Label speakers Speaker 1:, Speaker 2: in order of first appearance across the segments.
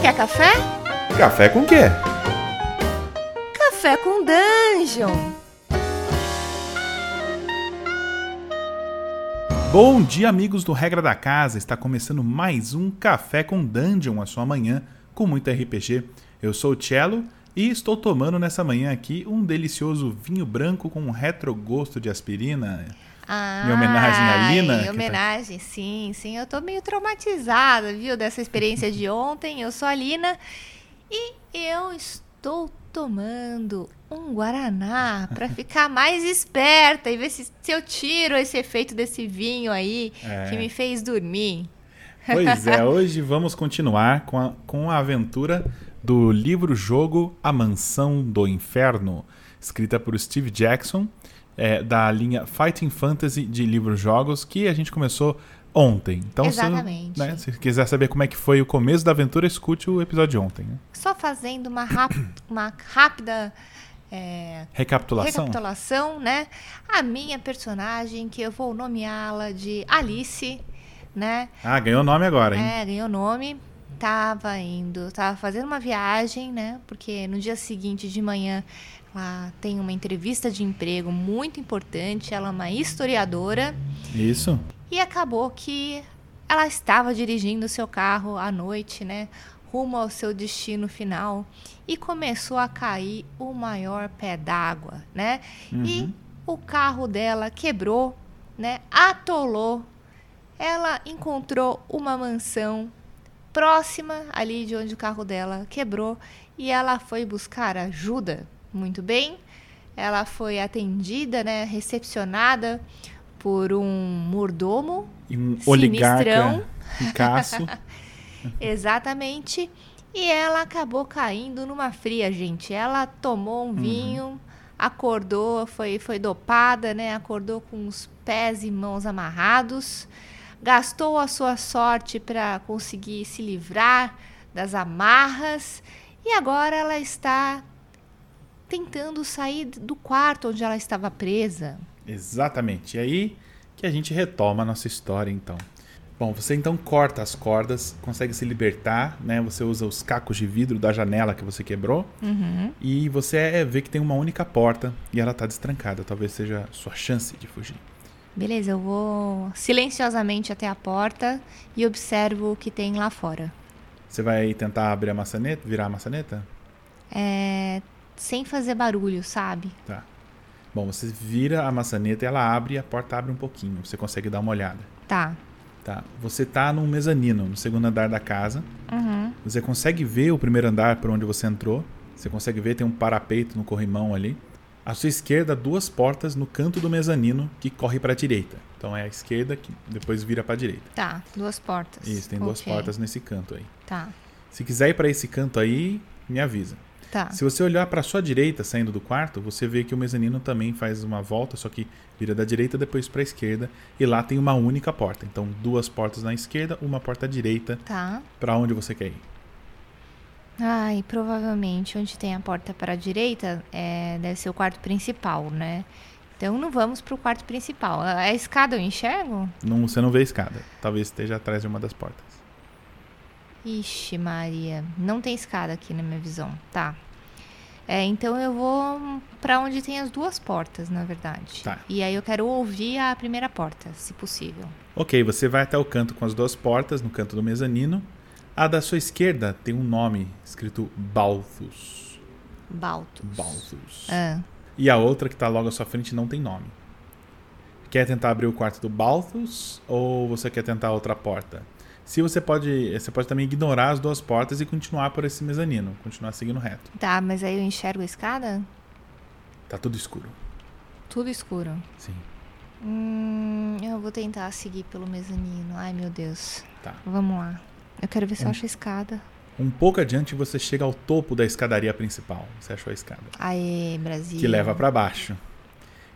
Speaker 1: quer café?
Speaker 2: Café com quê?
Speaker 1: Café com Dungeon!
Speaker 3: Bom dia, amigos do Regra da Casa. Está começando mais um Café com Dungeon, a sua manhã com muito RPG. Eu sou o Cello e estou tomando nessa manhã aqui um delicioso vinho branco com um retrogosto de aspirina.
Speaker 1: Ah,
Speaker 3: Minha homenagem à Lina, que
Speaker 1: Em
Speaker 3: tá-
Speaker 1: homenagem, sim, sim. Eu tô meio traumatizada, viu, dessa experiência de ontem. Eu sou a Lina e eu estou tomando um Guaraná pra ficar mais esperta e ver se, se eu tiro esse efeito desse vinho aí
Speaker 3: É.
Speaker 1: que me fez dormir.
Speaker 3: Pois é, hoje vamos continuar com a, com a aventura do livro-jogo A Mansão do Inferno, escrita por Steve Jackson, é, da linha Fighting Fantasy de livros-jogos, que a gente começou ontem. Então,
Speaker 1: Exatamente.
Speaker 3: Se, né, se quiser saber como é que foi o começo da aventura, escute o episódio de ontem. né?
Speaker 1: Só fazendo uma, rap- uma rápida é,
Speaker 3: Recapitulação?
Speaker 1: recapitulação, né? A minha personagem, que eu vou nomeá-la de Alice, né?
Speaker 3: Ah, ganhou nome agora, hein?
Speaker 1: É, ganhou nome. Tava indo, tava fazendo uma viagem, né? Porque no dia seguinte de manhã ela tem uma entrevista de emprego muito importante. Ela é uma historiadora
Speaker 3: Isso?
Speaker 1: e acabou que ela estava dirigindo seu carro à noite, né? Rumo ao seu destino final e começou a cair o maior pé d'água, né?
Speaker 3: Uhum.
Speaker 1: E o carro dela quebrou, né? Atolou. Ela encontrou uma mansão próxima ali de onde o carro dela quebrou e ela foi buscar ajuda. Muito bem. Ela foi atendida, né, recepcionada por um mordomo,
Speaker 3: E um
Speaker 1: Sinistrão.
Speaker 3: oligarca ricaço.
Speaker 1: exatamente, e ela acabou caindo numa fria, gente. Ela tomou um vinho, acordou, foi, foi dopada, né? Acordou com os pés e mãos amarrados, gastou a sua sorte para conseguir se livrar das amarras, e agora ela está tentando sair do quarto onde ela estava presa.
Speaker 3: Exatamente. E aí que a gente retoma a nossa história, então. Bom, você então corta as cordas, consegue se libertar, né? Você usa os cacos de vidro da janela que você quebrou. E você é- vê que tem uma única porta e ela tá destrancada. Talvez seja a sua chance de fugir.
Speaker 1: Beleza, eu vou silenciosamente até a porta e observo o que tem lá fora.
Speaker 3: Você vai tentar abrir a maçaneta, virar a maçaneta?
Speaker 1: Sem fazer barulho, sabe?
Speaker 3: Tá. Bom, você vira a maçaneta e ela abre e a porta abre um pouquinho. Você consegue dar uma olhada.
Speaker 1: Tá.
Speaker 3: Tá. Você tá num mezanino, no segundo andar da casa.
Speaker 1: Uhum.
Speaker 3: Você consegue ver o primeiro andar por onde você entrou. Você consegue ver, tem um parapeito no corrimão ali. À sua esquerda, duas portas no canto do mezanino que corre para a direita. Então é a esquerda que depois vira para a direita.
Speaker 1: Tá, duas portas.
Speaker 3: Isso, tem duas
Speaker 1: Ok.
Speaker 3: portas nesse canto aí.
Speaker 1: Tá,
Speaker 3: Se quiser ir para esse canto aí, me avisa.
Speaker 1: tá.
Speaker 3: Se você olhar para sua direita saindo do quarto, você vê que o mezanino também faz uma volta, só que vira da direita depois para a esquerda, e lá tem uma única porta. Então, duas portas na esquerda, uma porta à direita,
Speaker 1: Tá.
Speaker 3: para onde você quer ir.
Speaker 1: Ai, provavelmente onde tem a porta para a direita é, deve ser o quarto principal, né? Então não vamos pro quarto principal. A a escada eu enxergo?
Speaker 3: Não, você não vê a escada. Talvez esteja atrás de uma das portas.
Speaker 1: Ixi, Maria. Não tem escada aqui na minha visão. Tá. É, então eu vou pra onde tem as duas portas, na verdade.
Speaker 3: Tá.
Speaker 1: E aí eu quero ouvir a primeira porta, se possível.
Speaker 3: Ok, você vai até o canto com as duas portas, no canto do mezanino. A da sua esquerda tem um nome escrito Balthus.
Speaker 1: Baltos.
Speaker 3: Balthus.
Speaker 1: Ah,
Speaker 3: E a outra que tá logo à sua frente não tem nome. Quer tentar abrir o quarto do Balthus ou você quer tentar outra porta? Se você pode, você pode também ignorar as duas portas e continuar por esse mezanino, continuar seguindo reto.
Speaker 1: tá, mas aí eu enxergo a escada?
Speaker 3: Tá tudo escuro.
Speaker 1: Tudo escuro.
Speaker 3: Sim.
Speaker 1: Hum, eu vou tentar seguir pelo mezanino. Ai, meu Deus.
Speaker 3: Tá. Hum.
Speaker 1: Vamos lá. Eu quero ver se eu acho a escada.
Speaker 3: Um pouco adiante você chega ao topo da escadaria principal. Você achou a escada?
Speaker 1: Aê, Brasil.
Speaker 3: que leva para baixo.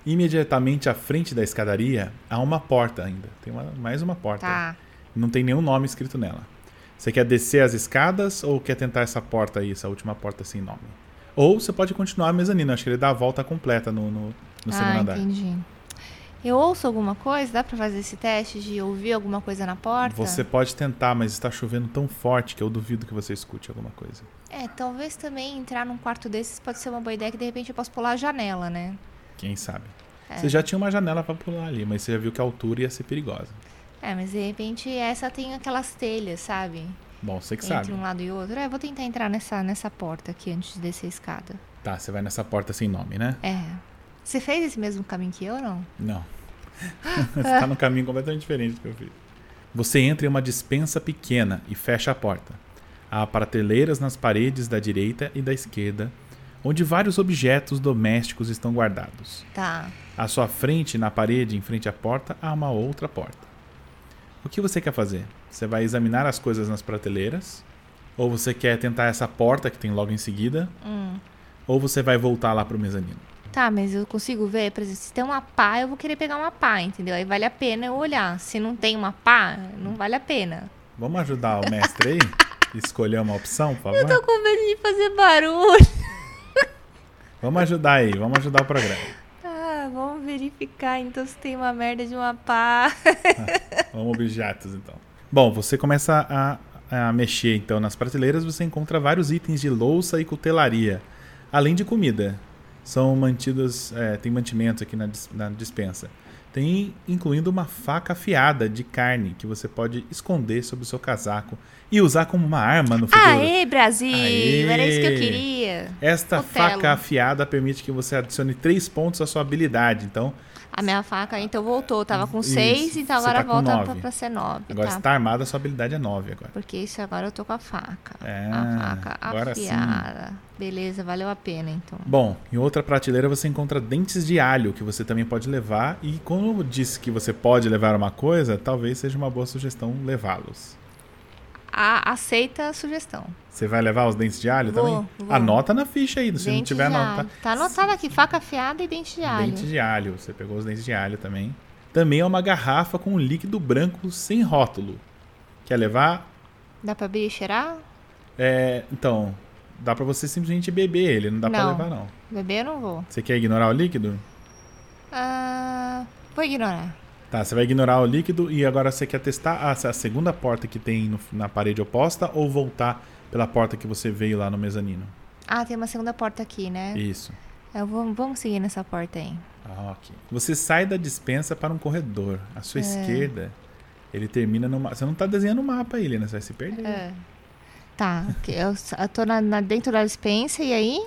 Speaker 3: Imediatamente à frente da escadaria há uma porta ainda. Tem uma- mais uma porta.
Speaker 1: Tá.
Speaker 3: Não tem nenhum nome escrito nela. Você quer descer as escadas ou quer tentar essa porta aí, essa última porta sem nome? Ou você pode continuar a mezanina. Acho que ele dá a volta completa no, no, no segundo
Speaker 1: ah,
Speaker 3: andar.
Speaker 1: entendi. Eu ouço alguma coisa? Dá para fazer esse teste de ouvir alguma coisa na porta?
Speaker 3: Você pode tentar, mas está chovendo tão forte que eu duvido que você escute alguma coisa.
Speaker 1: É, talvez também entrar num quarto desses pode ser uma boa ideia, que de repente eu posso pular a janela, né?
Speaker 3: Quem sabe?
Speaker 1: É.
Speaker 3: Você já tinha uma janela para pular ali, mas você já viu que a altura ia ser perigosa.
Speaker 1: É, mas de repente essa tem aquelas telhas, sabe?
Speaker 3: Bom, você que
Speaker 1: Entre
Speaker 3: sabe.
Speaker 1: um lado e outro. É, eu vou tentar entrar nessa, nessa porta aqui antes de descer a escada.
Speaker 3: Tá, você vai nessa porta sem nome, né?
Speaker 1: É. Você fez esse mesmo caminho que eu, não?
Speaker 3: Não. você tá num caminho completamente diferente do que eu fiz. Você entra em uma dispensa pequena e fecha a porta. Há prateleiras nas paredes da direita e da esquerda, onde vários objetos domésticos estão guardados.
Speaker 1: Tá.
Speaker 3: À sua frente, na parede, em frente à porta, há uma outra porta. O que você quer fazer? Você vai examinar as coisas nas prateleiras? Ou você quer tentar essa porta que tem logo em seguida? Ou você vai voltar lá pro mezanino?
Speaker 1: Tá, mas eu consigo ver, por exemplo, se tem uma pá, eu vou querer pegar uma pá, entendeu? Aí vale a pena eu olhar. Se não tem uma pá, não vale a pena.
Speaker 3: Vamos ajudar o mestre aí? Escolher uma opção, por favor?
Speaker 1: Tô com medo de fazer barulho.
Speaker 3: Vamos ajudar aí, vamos ajudar o programa.
Speaker 1: Ah, vamos verificar então se tem uma merda de uma pá.
Speaker 3: Vamos objetos, então. Bom, você começa a, a mexer, então, nas prateleiras. Você encontra vários itens de louça e cutelaria, além de comida. São mantidas, é, tem mantimentos aqui na, dis- na dispensa. Tem, incluindo uma faca afiada de carne que você pode esconder sob o seu casaco e usar como uma arma no futuro.
Speaker 1: Aê, Brasil!
Speaker 3: Aê!
Speaker 1: Era isso que eu queria.
Speaker 3: Esta
Speaker 1: Otelo.
Speaker 3: faca afiada permite que você adicione três pontos à sua habilidade. Então,
Speaker 1: A minha faca então voltou. Tava com
Speaker 3: Isso,
Speaker 1: seis, então
Speaker 3: você
Speaker 1: agora
Speaker 3: tá com
Speaker 1: volta pra,
Speaker 3: nove.
Speaker 1: pra ser nove.
Speaker 3: agora
Speaker 1: tá?
Speaker 3: está armada, a sua habilidade é 9 agora.
Speaker 1: Porque isso agora eu tô com a faca.
Speaker 3: É,
Speaker 1: a faca
Speaker 3: agora sim.
Speaker 1: afiada. Beleza, valeu a pena então.
Speaker 3: Bom, em outra prateleira você encontra dentes de alho que você também pode levar. E quando eu disse que você pode levar uma coisa, talvez seja uma boa sugestão levá-los.
Speaker 1: A- aceita a sugestão.
Speaker 3: Você vai levar os dentes de alho
Speaker 1: Vou,
Speaker 3: também?
Speaker 1: vou.
Speaker 3: Anota na ficha aí, se não
Speaker 1: Dente
Speaker 3: tiver
Speaker 1: de
Speaker 3: anota.
Speaker 1: alho. Tá anotado aqui, faca afiada e dente de alho.
Speaker 3: Dente de alho, você pegou os dentes de alho também. Também é uma garrafa com um líquido branco sem rótulo. Quer levar?
Speaker 1: Dá pra abrir e cheirar?
Speaker 3: É, então, dá pra você simplesmente beber ele, não dá pra
Speaker 1: Não.
Speaker 3: levar não.
Speaker 1: Beber eu não vou.
Speaker 3: Você quer ignorar o líquido?
Speaker 1: Ah, vou ignorar.
Speaker 3: Tá, você vai ignorar o líquido e agora você quer testar a, a segunda porta que tem no- na parede oposta ou voltar pela porta que você veio lá no mezanino?
Speaker 1: Ah, tem uma segunda porta aqui, né?
Speaker 3: Isso.
Speaker 1: Eu vou, vamos seguir nessa porta aí.
Speaker 3: Ah, ok. Você sai da dispensa para um corredor. À
Speaker 1: É.
Speaker 3: sua esquerda, ele termina no mapa. Você não tá desenhando o mapa aí, Helena, você vai se perder. É,
Speaker 1: É. Tá, ok, eu, s- eu tô na, na- dentro da dispensa e aí?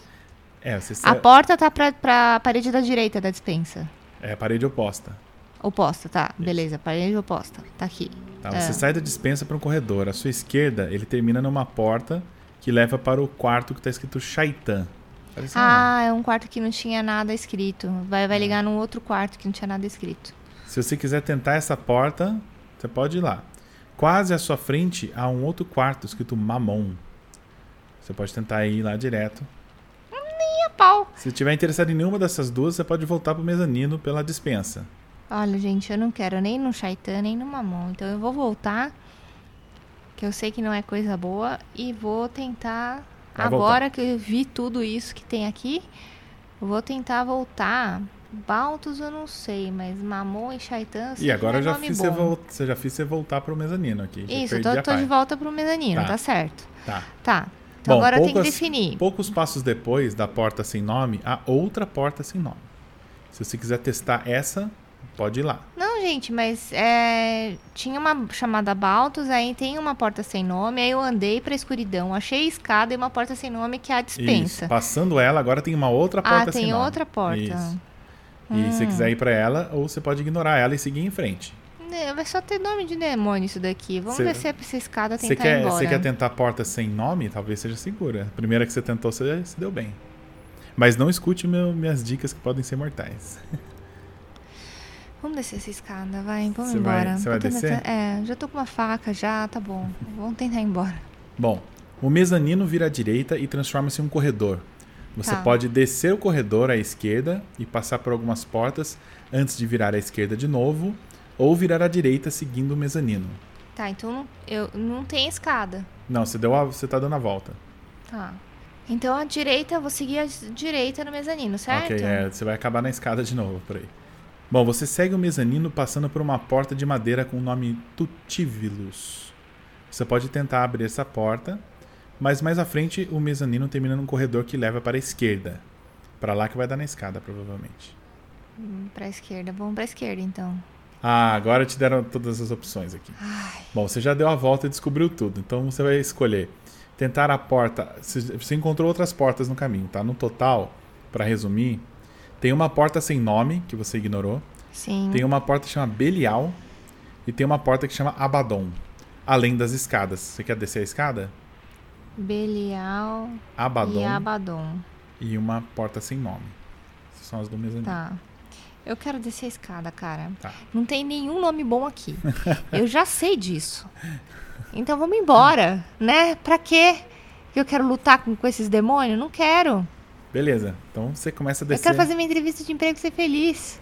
Speaker 3: É, você sai.
Speaker 1: A porta tá pra, pra parede da direita da dispensa.
Speaker 3: É a parede oposta.
Speaker 1: Oposta, tá. Beleza, parede oposta. Tá aqui.
Speaker 3: Tá,
Speaker 1: É.
Speaker 3: Você sai da dispensa para um corredor. À sua esquerda, ele termina numa porta que leva para o quarto que tá escrito Shaitan. Parece um nome.
Speaker 1: Ah, é um quarto que não tinha nada escrito. Vai,
Speaker 3: É.
Speaker 1: vai ligar num outro quarto que não tinha nada escrito.
Speaker 3: Se você quiser tentar essa porta, você pode ir lá. Quase à sua frente há um outro quarto escrito Mamon. Você pode tentar ir lá direto.
Speaker 1: E a pau?
Speaker 3: Se tiver interessado em nenhuma dessas duas, você pode voltar pro mezanino pela dispensa.
Speaker 1: Olha, gente, eu não quero nem no Shaitan, nem no Mamon. Então eu vou voltar, que eu sei que não é coisa boa, e vou tentar.
Speaker 3: Vai
Speaker 1: agora que eu vi tudo isso que tem aqui, eu vou tentar voltar. Baltos eu não sei, mas Mamon e Shaitan. eu sei
Speaker 3: e
Speaker 1: que
Speaker 3: agora
Speaker 1: não
Speaker 3: eu
Speaker 1: é
Speaker 3: já
Speaker 1: nome
Speaker 3: fiz,
Speaker 1: bom.
Speaker 3: você vol- você já fiz você voltar pro mezanino aqui. Já
Speaker 1: Isso, então, eu
Speaker 3: perdi
Speaker 1: tô,
Speaker 3: a
Speaker 1: tô de
Speaker 3: parte.
Speaker 1: volta pro mezanino,
Speaker 3: Tá.
Speaker 1: tá, certo.
Speaker 3: Tá.
Speaker 1: Tá. Então
Speaker 3: Bom,
Speaker 1: agora eu tenho que
Speaker 3: poucas-
Speaker 1: definir.
Speaker 3: Poucos passos depois da porta sem nome, há outra porta sem nome. Se você quiser testar essa, pode ir lá.
Speaker 1: Não, gente, mas é, tinha uma chamada Baltos, aí tem uma porta sem nome, aí eu andei pra escuridão, achei a escada e uma porta sem nome que é a
Speaker 3: Isso.
Speaker 1: dispensa.
Speaker 3: Passando ela, agora tem uma outra
Speaker 1: ah,
Speaker 3: porta sem
Speaker 1: tem
Speaker 3: nome.
Speaker 1: outra porta. Ah.
Speaker 3: Isso. E se você quiser ir pra ela, ou você pode ignorar ela e seguir em frente.
Speaker 1: Né, Vai só ter nome de demônio isso daqui. Vamos
Speaker 3: Cê-
Speaker 1: descer pra essa escada
Speaker 3: Você
Speaker 1: tentar ir
Speaker 3: quer, você
Speaker 1: embora.
Speaker 3: quer tentar a porta sem nome? Talvez seja segura. A primeira que você tentou, você se deu bem. Mas não escute meu- minhas dicas que podem ser mortais.
Speaker 1: Vamos descer essa escada, vai, vamos
Speaker 3: Cê vai-
Speaker 1: embora.
Speaker 3: cê vai
Speaker 1: Vou tentar-
Speaker 3: descer?
Speaker 1: É, já tô com uma faca já, tá bom. Vamos tentar ir embora.
Speaker 3: Bom, o mezanino vira à direita e transforma-se em um corredor. Você
Speaker 1: Tá.
Speaker 3: pode descer o corredor à esquerda e passar por algumas portas antes de virar à esquerda de novo, ou virar à direita seguindo o mezanino.
Speaker 1: Tá, então eu não tem escada.
Speaker 3: Não, você, deu a, você tá dando a volta.
Speaker 1: Tá. Então a direita, eu vou seguir a direita no mezanino, certo?
Speaker 3: é, Ok, é, você vai acabar na escada de novo por aí. Bom, você segue o mezanino passando por uma porta de madeira com o nome Tutivilus. Você pode tentar abrir essa porta, mas mais à frente o mezanino termina num corredor que leva para a esquerda. Para lá que vai dar na escada, provavelmente.
Speaker 1: Hum, Pra esquerda. Vamos pra esquerda, então.
Speaker 3: Ah, agora te deram todas as opções aqui.
Speaker 1: Ai,
Speaker 3: Bom, você já deu a volta e descobriu tudo, então você vai escolher tentar a porta. Você você encontrou outras portas no caminho, tá? No total, para resumir, tem uma porta sem nome que você ignorou,
Speaker 1: sim.
Speaker 3: tem uma porta que chama Belial e tem uma porta que chama Abaddon, além das escadas. Você quer descer a escada?
Speaker 1: Belial
Speaker 3: um Abaddon
Speaker 1: e
Speaker 3: e,
Speaker 1: Abaddon.
Speaker 3: uma porta sem nome. Essas são as do mesmo.
Speaker 1: Tá. Eu quero descer a escada, cara.
Speaker 3: Tá.
Speaker 1: Não tem nenhum nome bom aqui. Eu já sei disso. Então vamos embora, né? Pra quê? Eu quero lutar com, com esses demônios? Não quero.
Speaker 3: Beleza, então você começa a
Speaker 1: Eu
Speaker 3: descer.
Speaker 1: quero fazer minha entrevista de emprego e ser feliz.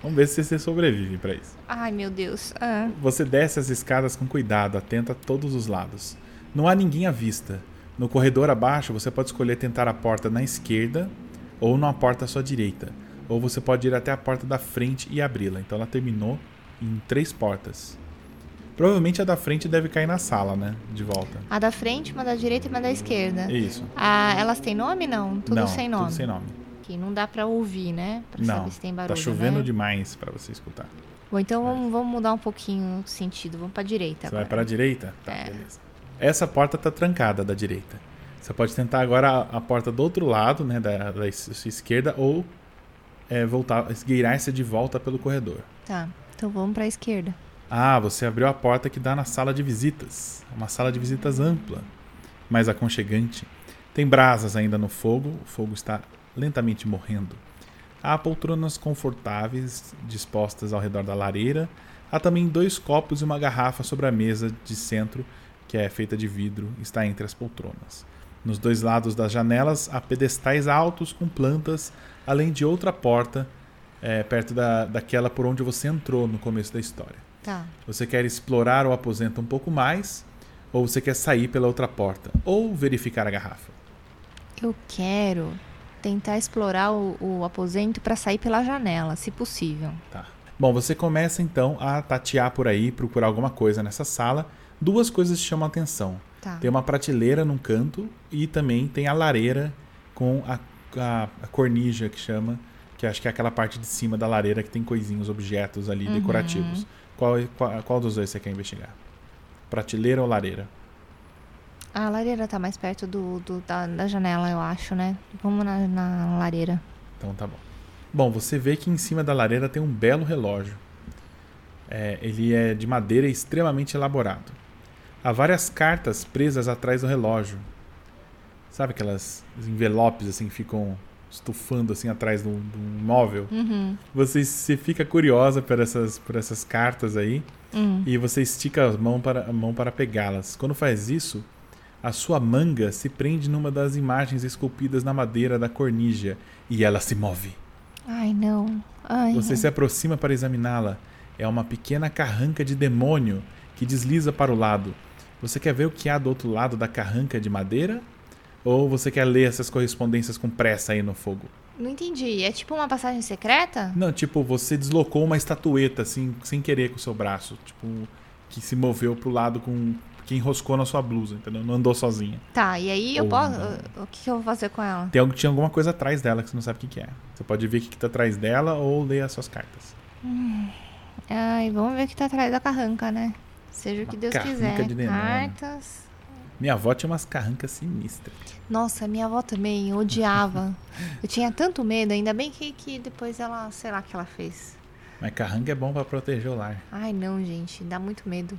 Speaker 3: Vamos ver se você sobrevive para isso.
Speaker 1: Ai, meu Deus. Ah,
Speaker 3: Você desce as escadas com cuidado, atenta a todos os lados. Não há ninguém à vista. No corredor abaixo, você pode escolher tentar a porta na esquerda ou numa porta à sua direita. Ou você pode ir até a porta da frente e abri-la. Então ela terminou em três portas. Provavelmente a da frente deve cair na sala, né? De volta.
Speaker 1: a da frente, uma da direita e uma da esquerda.
Speaker 3: É isso.
Speaker 1: Ah, elas têm nome? Não. Tudo
Speaker 3: não,
Speaker 1: sem nome.
Speaker 3: Tudo sem nome.
Speaker 1: Que não dá pra ouvir, né? Pra
Speaker 3: não.
Speaker 1: saber se tem barulho.
Speaker 3: tá chovendo
Speaker 1: né?
Speaker 3: demais para você escutar.
Speaker 1: Bom, então vamos, vamos mudar um pouquinho o sentido. Vamos pra direita.
Speaker 3: É. Você vai para
Speaker 1: agora.
Speaker 3: a direita? Tá,
Speaker 1: É.
Speaker 3: beleza. Essa porta tá trancada da direita. Você pode tentar agora a, a porta do outro lado, né, da, da es- sua esquerda, ou é, voltar, esgueirar-se de volta pelo corredor.
Speaker 1: Tá. Então vamos pra esquerda.
Speaker 3: Ah, você abriu a porta que dá na sala de visitas. É Uma sala de visitas ampla, mais aconchegante. Tem brasas ainda no fogo, o fogo está lentamente morrendo. Há poltronas confortáveis dispostas ao redor da lareira. Há também dois copos e uma garrafa sobre a mesa de centro, que é feita de vidro, está entre as poltronas. Nos dois lados das janelas há pedestais altos com plantas, além de outra porta eh, perto da, daquela por onde você entrou no começo da história.
Speaker 1: Tá.
Speaker 3: Você quer explorar o aposento um pouco mais, ou você quer sair pela outra porta, ou verificar a garrafa.
Speaker 1: Eu quero tentar explorar o, o aposento pra sair pela janela, se possível.
Speaker 3: Tá. Bom, você começa então a tatear por aí, procurar alguma coisa nessa sala. Duas coisas te chamam a atenção.
Speaker 1: Tá.
Speaker 3: Tem um uma prateleira num canto e também tem a lareira com a, a, a cornija que chama, que acho que é aquela parte de cima da lareira que tem coisinhos, objetos ali decorativos. Qual, é, qual, qual dos dois você quer investigar? Prateleira ou lareira?
Speaker 1: A lareira tá mais perto do, do- da, da janela, eu acho, né? Vamos na, na lareira.
Speaker 3: Então tá bom. Bom, você vê que em cima da lareira tem um belo relógio. É, ele é de madeira e extremamente elaborado. Há várias cartas presas atrás do relógio. Sabe aquelas envelopes assim que ficam estufando assim atrás de um, de um móvel?
Speaker 1: Uhum.
Speaker 3: Você se fica curiosa por essas, por essas cartas aí
Speaker 1: Hum.
Speaker 3: e você estica a mão para, a mão para pegá-las. Quando faz isso, a sua manga se prende numa das imagens esculpidas na madeira da cornija e ela se move.
Speaker 1: Ai, não. Ai,
Speaker 3: Você
Speaker 1: não.
Speaker 3: se aproxima para examiná-la. É uma pequena carranca de demônio que desliza para o lado. Você quer ver o que há do outro lado da carranca de madeira? Ou você quer ler essas correspondências com pressa aí no fogo?
Speaker 1: não entendi. É tipo uma passagem secreta?
Speaker 3: Não, tipo, você deslocou uma estatueta assim, sem querer com o seu braço, tipo, que se moveu pro lado com que enroscou na sua blusa, entendeu? Não andou sozinha.
Speaker 1: Tá, e aí eu
Speaker 3: Ou
Speaker 1: posso.
Speaker 3: não.
Speaker 1: O que que eu vou fazer com ela?
Speaker 3: Tem algo, tinha alguma coisa atrás dela que você não sabe o que, que é. Você pode ver o que, que tá atrás dela ou ler as suas cartas.
Speaker 1: Ai, vamos ver o que tá atrás da carranca, né? Seja o que
Speaker 3: Uma
Speaker 1: Deus
Speaker 3: carranca
Speaker 1: quiser.
Speaker 3: de demônio.
Speaker 1: Cartas.
Speaker 3: Minha avó tinha umas carrancas sinistras.
Speaker 1: Nossa, minha avó também odiava. Eu tinha tanto medo, ainda bem que, que depois ela, sei lá o que ela fez.
Speaker 3: Mas carranca é bom pra proteger o lar.
Speaker 1: Ai, não, gente, dá muito medo.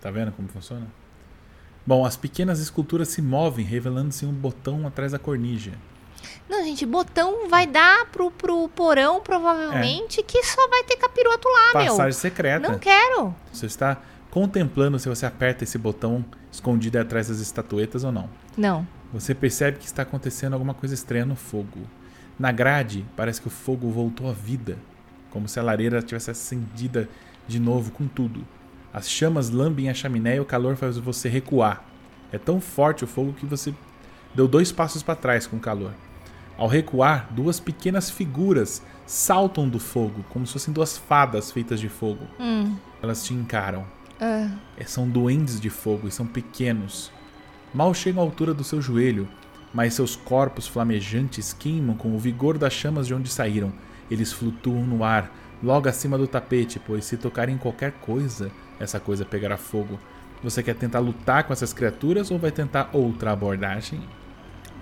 Speaker 3: Tá vendo como funciona? Bom, as pequenas esculturas se movem, revelando-se um botão atrás da cornija.
Speaker 1: Não, gente, botão vai dar pro, pro porão,
Speaker 3: É.
Speaker 1: provavelmente, que só vai ter capiroto lá,
Speaker 3: Passagem
Speaker 1: Ah, meu.
Speaker 3: secreta.
Speaker 1: Não quero.
Speaker 3: Você está contemplando se você aperta esse botão escondido atrás das estatuetas ou não.
Speaker 1: Não.
Speaker 3: Você percebe que está acontecendo alguma coisa estranha no fogo. Na grade, parece que o fogo voltou à vida, como se a lareira tivesse acendida de novo com tudo. As chamas lambem a chaminé e o calor faz você recuar. É tão forte o fogo que você deu dois passos para trás com o calor. Ao recuar, duas pequenas figuras saltam do fogo, como se fossem duas fadas feitas de fogo.
Speaker 1: Hum.
Speaker 3: Elas te encaram.
Speaker 1: Ah.
Speaker 3: É, São duendes de fogo e são pequenos. Mal chegam à altura do seu joelho, mas seus corpos flamejantes queimam com o vigor das chamas de onde saíram. Eles flutuam no ar, logo acima do tapete, pois se tocarem em qualquer coisa, essa coisa pegará fogo. Você quer tentar lutar com essas criaturas ou vai tentar outra abordagem?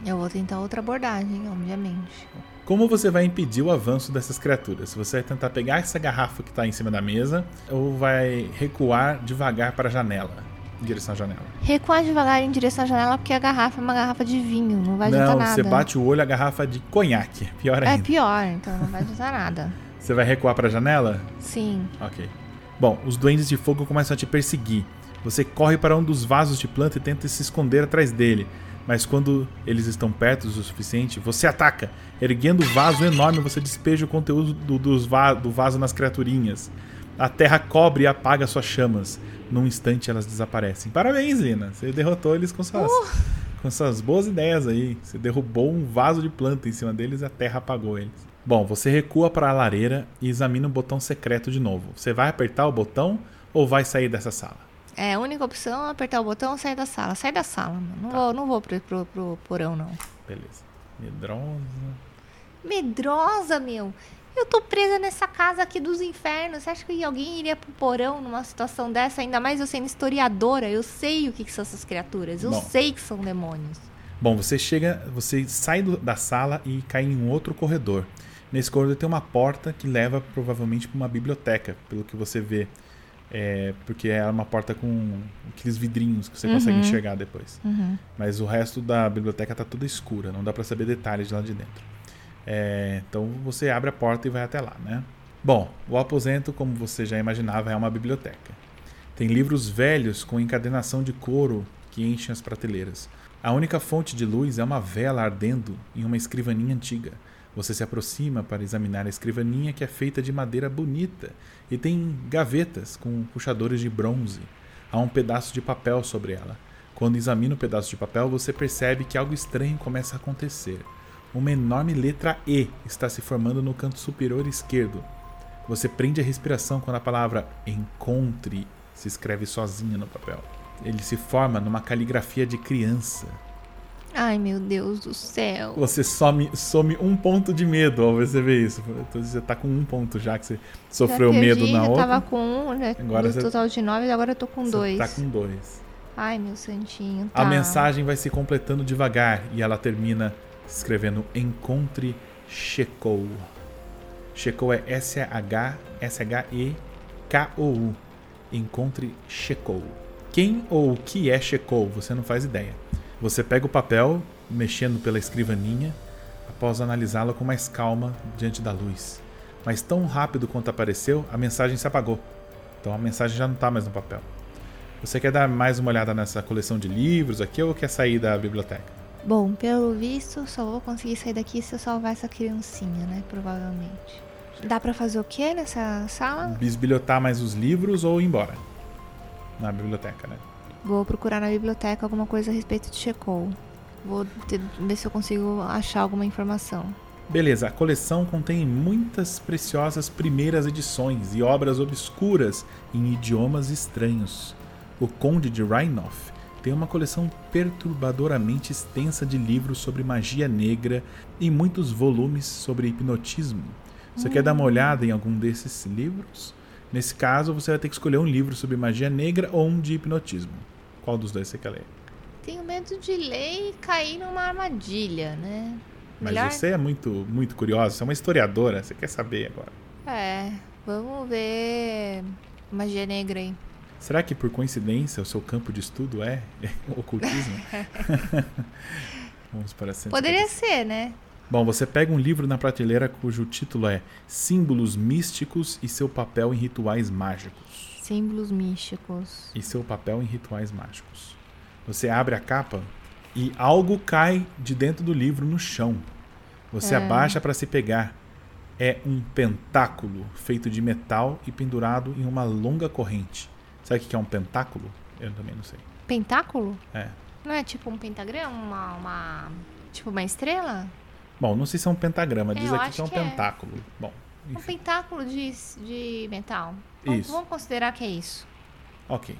Speaker 1: Eu vou tentar outra abordagem, obviamente.
Speaker 3: Como você vai impedir o avanço dessas criaturas? Você vai tentar pegar essa garrafa que está em cima da mesa ou vai recuar devagar para a janela? Em direção à janela.
Speaker 1: Recuar devagar em direção à janela porque a garrafa é uma garrafa de vinho, não vai adiantar
Speaker 3: não,
Speaker 1: nada.
Speaker 3: você bate o olho a garrafa é de conhaque. Pior
Speaker 1: É
Speaker 3: ainda.
Speaker 1: pior, então não vai adiantar nada.
Speaker 3: Você vai recuar para a janela?
Speaker 1: Sim.
Speaker 3: Ok. Bom, os duendes de fogo começam a te perseguir. Você corre para um dos vasos de planta e tenta se esconder atrás dele. Mas quando eles estão perto o suficiente, você ataca. Erguendo o vaso enorme, você despeja o conteúdo do, dos va- do vaso nas criaturinhas. A terra cobre e apaga suas chamas. Num instante elas desaparecem. Parabéns, Lina. Você derrotou eles com suas, com suas boas ideias aí. Você derrubou um vaso de planta em cima deles e a terra apagou eles. Bom, você recua para a lareira e examina o botão secreto de novo. Você vai apertar o botão ou vai sair dessa sala?
Speaker 1: É, a única opção é apertar o botão e sair da sala. Sai da sala, mano.
Speaker 3: Tá.
Speaker 1: Não vou, não vou pro, pro, pro porão, não.
Speaker 3: Beleza. Medrosa.
Speaker 1: Medrosa, meu. Eu tô presa nessa casa aqui dos infernos. Você acha que alguém iria pro porão numa situação dessa? Ainda mais eu sendo historiadora. Eu sei o que, que são essas criaturas. Eu
Speaker 3: Bom.
Speaker 1: sei que são demônios.
Speaker 3: Bom, você chega, você sai do- da sala e cai em um outro corredor. Nesse corredor tem uma porta que leva provavelmente para uma biblioteca, pelo que você vê. É, porque é uma porta com aqueles vidrinhos que você consegue enxergar depois. Mas o resto da biblioteca tá toda escura, não dá para saber detalhes lá de dentro. É, então você abre a porta e vai até lá, né? Bom, o aposento, como você já imaginava, é uma biblioteca. Tem livros velhos com encadenação de couro que enchem as prateleiras. A única fonte de luz é uma vela ardendo em uma escrivaninha antiga. Você se aproxima para examinar a escrivaninha que é feita de madeira bonita e tem gavetas com puxadores de bronze. Há um pedaço de papel sobre ela. Quando examina o pedaço de papel, você percebe que algo estranho começa a acontecer. Uma enorme letra E está se formando no canto superior esquerdo. Você prende a respiração quando a palavra encontre se escreve sozinha no papel. Ele se forma numa caligrafia de criança.
Speaker 1: Ai, meu Deus do céu.
Speaker 3: Você some, some um ponto de medo ao você ver isso. Então, Você tá com um ponto já que você sofreu
Speaker 1: Já perdi,
Speaker 3: medo na
Speaker 1: já
Speaker 3: outra.
Speaker 1: tava com um, né?
Speaker 3: Agora
Speaker 1: Agora
Speaker 3: você-
Speaker 1: total de nove, agora eu tô com
Speaker 3: Você
Speaker 1: dois.
Speaker 3: tá com dois.
Speaker 1: Ai, meu santinho.
Speaker 3: A
Speaker 1: tá.
Speaker 3: mensagem vai se completando devagar e ela termina escrevendo Encontre Shekou. Shekou é S-H-S-H-E-K-O-U. Encontre Shekou. Quem ou o que é Shekou? Você não faz ideia. Você pega o papel, mexendo pela escrivaninha, após analisá-la com mais calma diante da luz. Mas tão rápido quanto apareceu, a mensagem se apagou. Então a mensagem já não está mais no papel. Você quer dar mais uma olhada nessa coleção de livros aqui ou quer sair da biblioteca?
Speaker 1: Bom, pelo visto, só vou conseguir sair daqui se eu salvar essa criancinha, né? Provavelmente. Dá pra fazer o quê nessa sala?
Speaker 3: Bisbilhotar mais os livros ou ir embora? Na biblioteca, né?
Speaker 1: Vou procurar na biblioteca alguma coisa a respeito de Shekou. Vou te- ver se eu consigo achar alguma informação.
Speaker 3: Beleza, a coleção contém muitas preciosas primeiras edições e obras obscuras em idiomas estranhos. O Conde de Rhinoff tem uma coleção perturbadoramente extensa de livros sobre magia negra e muitos volumes sobre hipnotismo. Você quer dar uma olhada em algum desses livros? Nesse caso, você vai ter que escolher um livro sobre magia negra ou um de hipnotismo. Qual dos dois você quer ler?
Speaker 1: Tenho medo de ler e cair numa armadilha, né?
Speaker 3: Mas
Speaker 1: Melhor?
Speaker 3: você é muito, muito curiosa, você é uma historiadora, você quer saber agora.
Speaker 1: É, vamos ver. Magia negra aí.
Speaker 3: Será que por coincidência o seu campo de estudo é ocultismo? Vamos para 150.
Speaker 1: Poderia ser, né?
Speaker 3: Bom, você pega um livro na prateleira cujo título é Símbolos Místicos e seu papel em rituais mágicos.
Speaker 1: Símbolos místicos.
Speaker 3: E seu papel em rituais mágicos. Você abre a capa e algo cai de dentro do livro no chão. Você abaixa para se pegar. É um pentáculo feito de metal e pendurado em uma longa corrente. Sabe o que é um pentáculo? Eu também não sei.
Speaker 1: Pentáculo?
Speaker 3: É.
Speaker 1: Não é tipo um pentagrama? Uma, uma- Tipo uma estrela?
Speaker 3: Bom, não sei se é um pentagrama, diz
Speaker 1: Eu
Speaker 3: aqui
Speaker 1: acho
Speaker 3: que é um
Speaker 1: que é.
Speaker 3: pentáculo. Bom,
Speaker 1: Um
Speaker 3: enfim.
Speaker 1: pentáculo de, de metal. Vamos-
Speaker 3: Isso.
Speaker 1: Vamos considerar que é isso.
Speaker 3: Ok.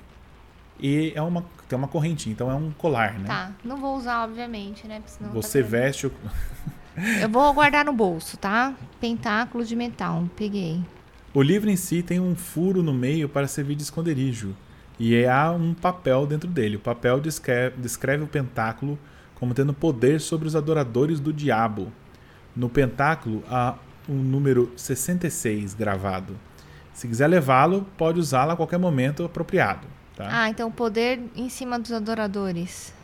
Speaker 3: E é uma, tem uma correntinha, então é um colar, né?
Speaker 1: Tá. Não vou usar, obviamente, né? Porque senão tá
Speaker 3: Você
Speaker 1: vendo.
Speaker 3: veste o.
Speaker 1: Eu vou guardar no bolso, tá? Pentáculo de metal. Peguei.
Speaker 3: O livro em si tem um furo no meio para servir de esconderijo. E há um papel dentro dele. O papel descreve, descreve o pentáculo como tendo poder sobre os adoradores do diabo. No pentáculo há um número 66 gravado. Se quiser levá-lo, pode usá-lo a qualquer momento apropriado. Tá?
Speaker 1: Ah, então poder em cima dos adoradores.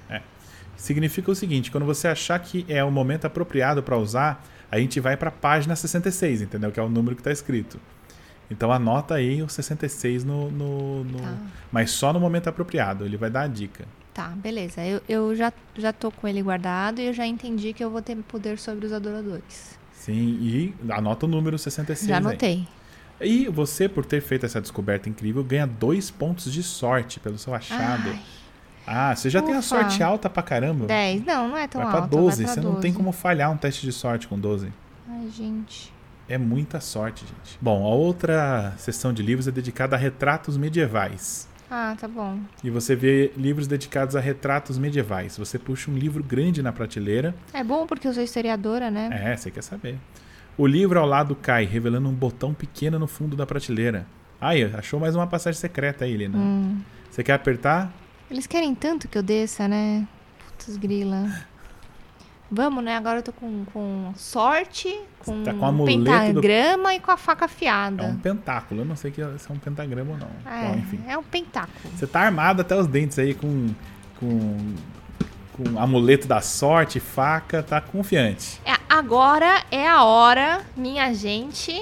Speaker 3: significa o seguinte: quando você achar que é o momento apropriado para usar, a gente vai para a página 66, entendeu? Que é o número que está escrito. Então anota aí o 66 no, no, no-
Speaker 1: Tá.
Speaker 3: mas só no momento apropriado. Ele vai dar a dica.
Speaker 1: Tá, beleza. Eu, eu já, já tô com ele guardado e eu já entendi que eu vou ter poder sobre os adoradores.
Speaker 3: Sim, e anota o número 66.
Speaker 1: já
Speaker 3: aí.
Speaker 1: anotei.
Speaker 3: E você, por ter feito essa descoberta incrível, ganha dois pontos de sorte pelo seu achado.
Speaker 1: Ai,
Speaker 3: ah, você já tem a
Speaker 1: ufa.
Speaker 3: sorte alta pra caramba.
Speaker 1: 10. Não, não é tão
Speaker 3: vai pra
Speaker 1: alto.
Speaker 3: 12.
Speaker 1: vai pra
Speaker 3: você não tem
Speaker 1: 12.
Speaker 3: como falhar um teste de sorte com 12.
Speaker 1: Ai, gente.
Speaker 3: É muita sorte, gente. Bom, a outra seção de livros é dedicada a retratos medievais.
Speaker 1: Ah, tá bom.
Speaker 3: E você vê livros dedicados a retratos medievais. Você puxa um livro grande na prateleira.
Speaker 1: É bom porque eu sou historiadora, né?
Speaker 3: É, você quer saber. O livro ao lado cai, revelando um botão pequeno no fundo da prateleira. Aí, achou mais uma passagem secreta aí, Helena.
Speaker 1: Hum.
Speaker 3: Você quer apertar?
Speaker 1: Eles querem tanto que eu desça, né? Putz, grila. Vamos, né? Agora eu tô com, com sorte, com,
Speaker 3: tá com o
Speaker 1: um
Speaker 3: amuleto do-
Speaker 1: pentagrama e com a faca
Speaker 3: É um
Speaker 1: afiada.
Speaker 3: pentáculo. Eu não sei que- se é um pentagrama ou não. Bom, enfim.
Speaker 1: é, é um pentáculo.
Speaker 3: Você tá armado até os dentes aí com, com, com amuleto da sorte, faca, tá confiante.
Speaker 1: É, agora é a hora, minha gente,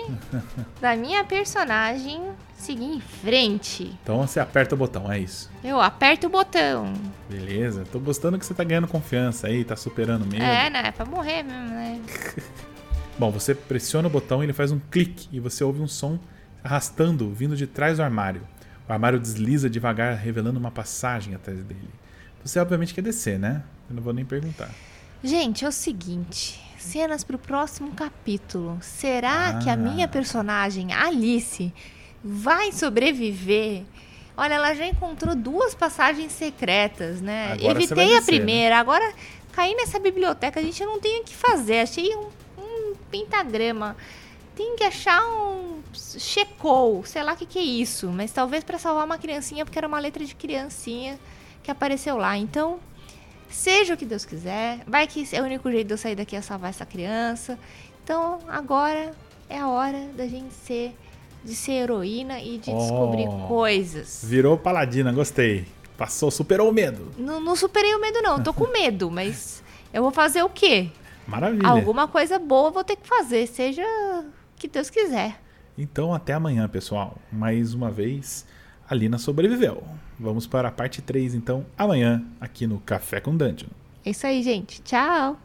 Speaker 1: da minha personagem seguir em frente.
Speaker 3: Então você aperta o botão, é isso.
Speaker 1: Eu aperto o botão.
Speaker 3: Beleza. Tô gostando que você tá ganhando confiança aí, tá superando mesmo.
Speaker 1: É, né? É pra morrer mesmo, né?
Speaker 3: Bom, você pressiona o botão e ele faz um clique e você ouve um som arrastando vindo de trás do armário. O armário desliza devagar, revelando uma passagem atrás dele. Você obviamente quer descer, né? Eu não vou nem perguntar.
Speaker 1: Gente, é o seguinte. Cenas pro próximo capítulo. Será que a
Speaker 3: Ah.
Speaker 1: minha personagem, Alice, vai sobreviver? Olha, ela já encontrou duas passagens secretas, né?
Speaker 3: Agora você
Speaker 1: Evitei
Speaker 3: vai
Speaker 1: a
Speaker 3: descer, né?
Speaker 1: primeira, agora caí nessa biblioteca, a gente não tem o que fazer. Achei um, um pentagrama. Tem que achar um checou, sei lá o que, que é isso, mas talvez pra salvar uma criancinha, porque era uma letra de criancinha que apareceu lá. Então, Seja o que Deus quiser. Vai que é o único jeito de eu sair daqui é salvar essa criança. Então, agora é a hora da gente ser de ser heroína e de
Speaker 3: Oh.
Speaker 1: descobrir coisas.
Speaker 3: Virou paladina, gostei. Passou, superou o medo.
Speaker 1: Não, não superei o medo, não. Tô com medo, mas eu vou fazer o quê?
Speaker 3: Maravilha.
Speaker 1: Alguma coisa boa eu vou ter que fazer, seja o que Deus quiser.
Speaker 3: Então até amanhã, pessoal. Mais uma vez, a Lina sobreviveu. Vamos para a parte 3, então, amanhã, aqui no Café com Dungeon.
Speaker 1: É isso aí, gente. Tchau!